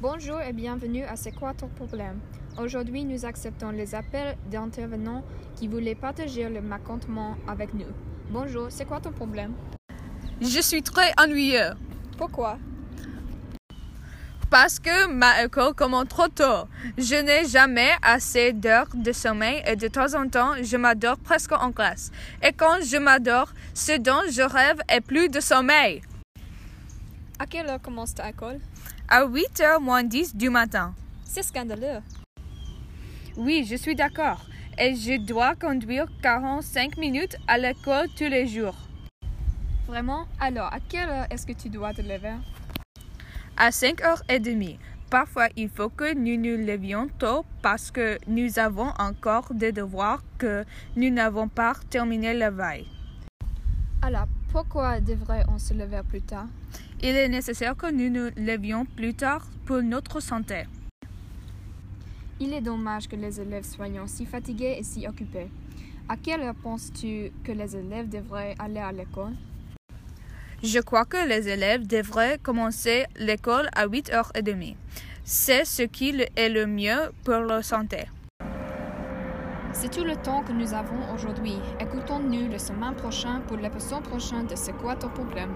Bonjour et bienvenue à C'est quoi ton problème Aujourd'hui, nous acceptons les appels d'intervenants qui voulaient partager leur racontement avec nous. Bonjour, c'est quoi ton problème Je suis très ennuyeux Pourquoi parce que ma école commence trop tôt. Je n'ai jamais assez d'heures de sommeil et de temps en temps, je m'adore presque en classe. Et quand je m'adore, ce dont je rêve est plus de sommeil. À quelle heure commence ta école À 8h moins 10 du matin. C'est scandaleux. Oui, je suis d'accord. Et je dois conduire 45 minutes à l'école tous les jours. Vraiment Alors, à quelle heure est-ce que tu dois te lever à 5h30. Parfois, il faut que nous nous levions tôt parce que nous avons encore des devoirs que nous n'avons pas terminés la veille. Alors, pourquoi devrait-on se lever plus tard Il est nécessaire que nous nous levions plus tard pour notre santé. Il est dommage que les élèves soient si fatigués et si occupés. À quelle heure penses-tu que les élèves devraient aller à l'école Je crois que les élèves devraient commencer l'école à 8h30. C'est ce qui le- est le mieux pour leur santé. C'est tout le temps que nous avons aujourd'hui. Écoutons-nous le semaine prochain pour l'épisode prochain de C'est quoi ton problème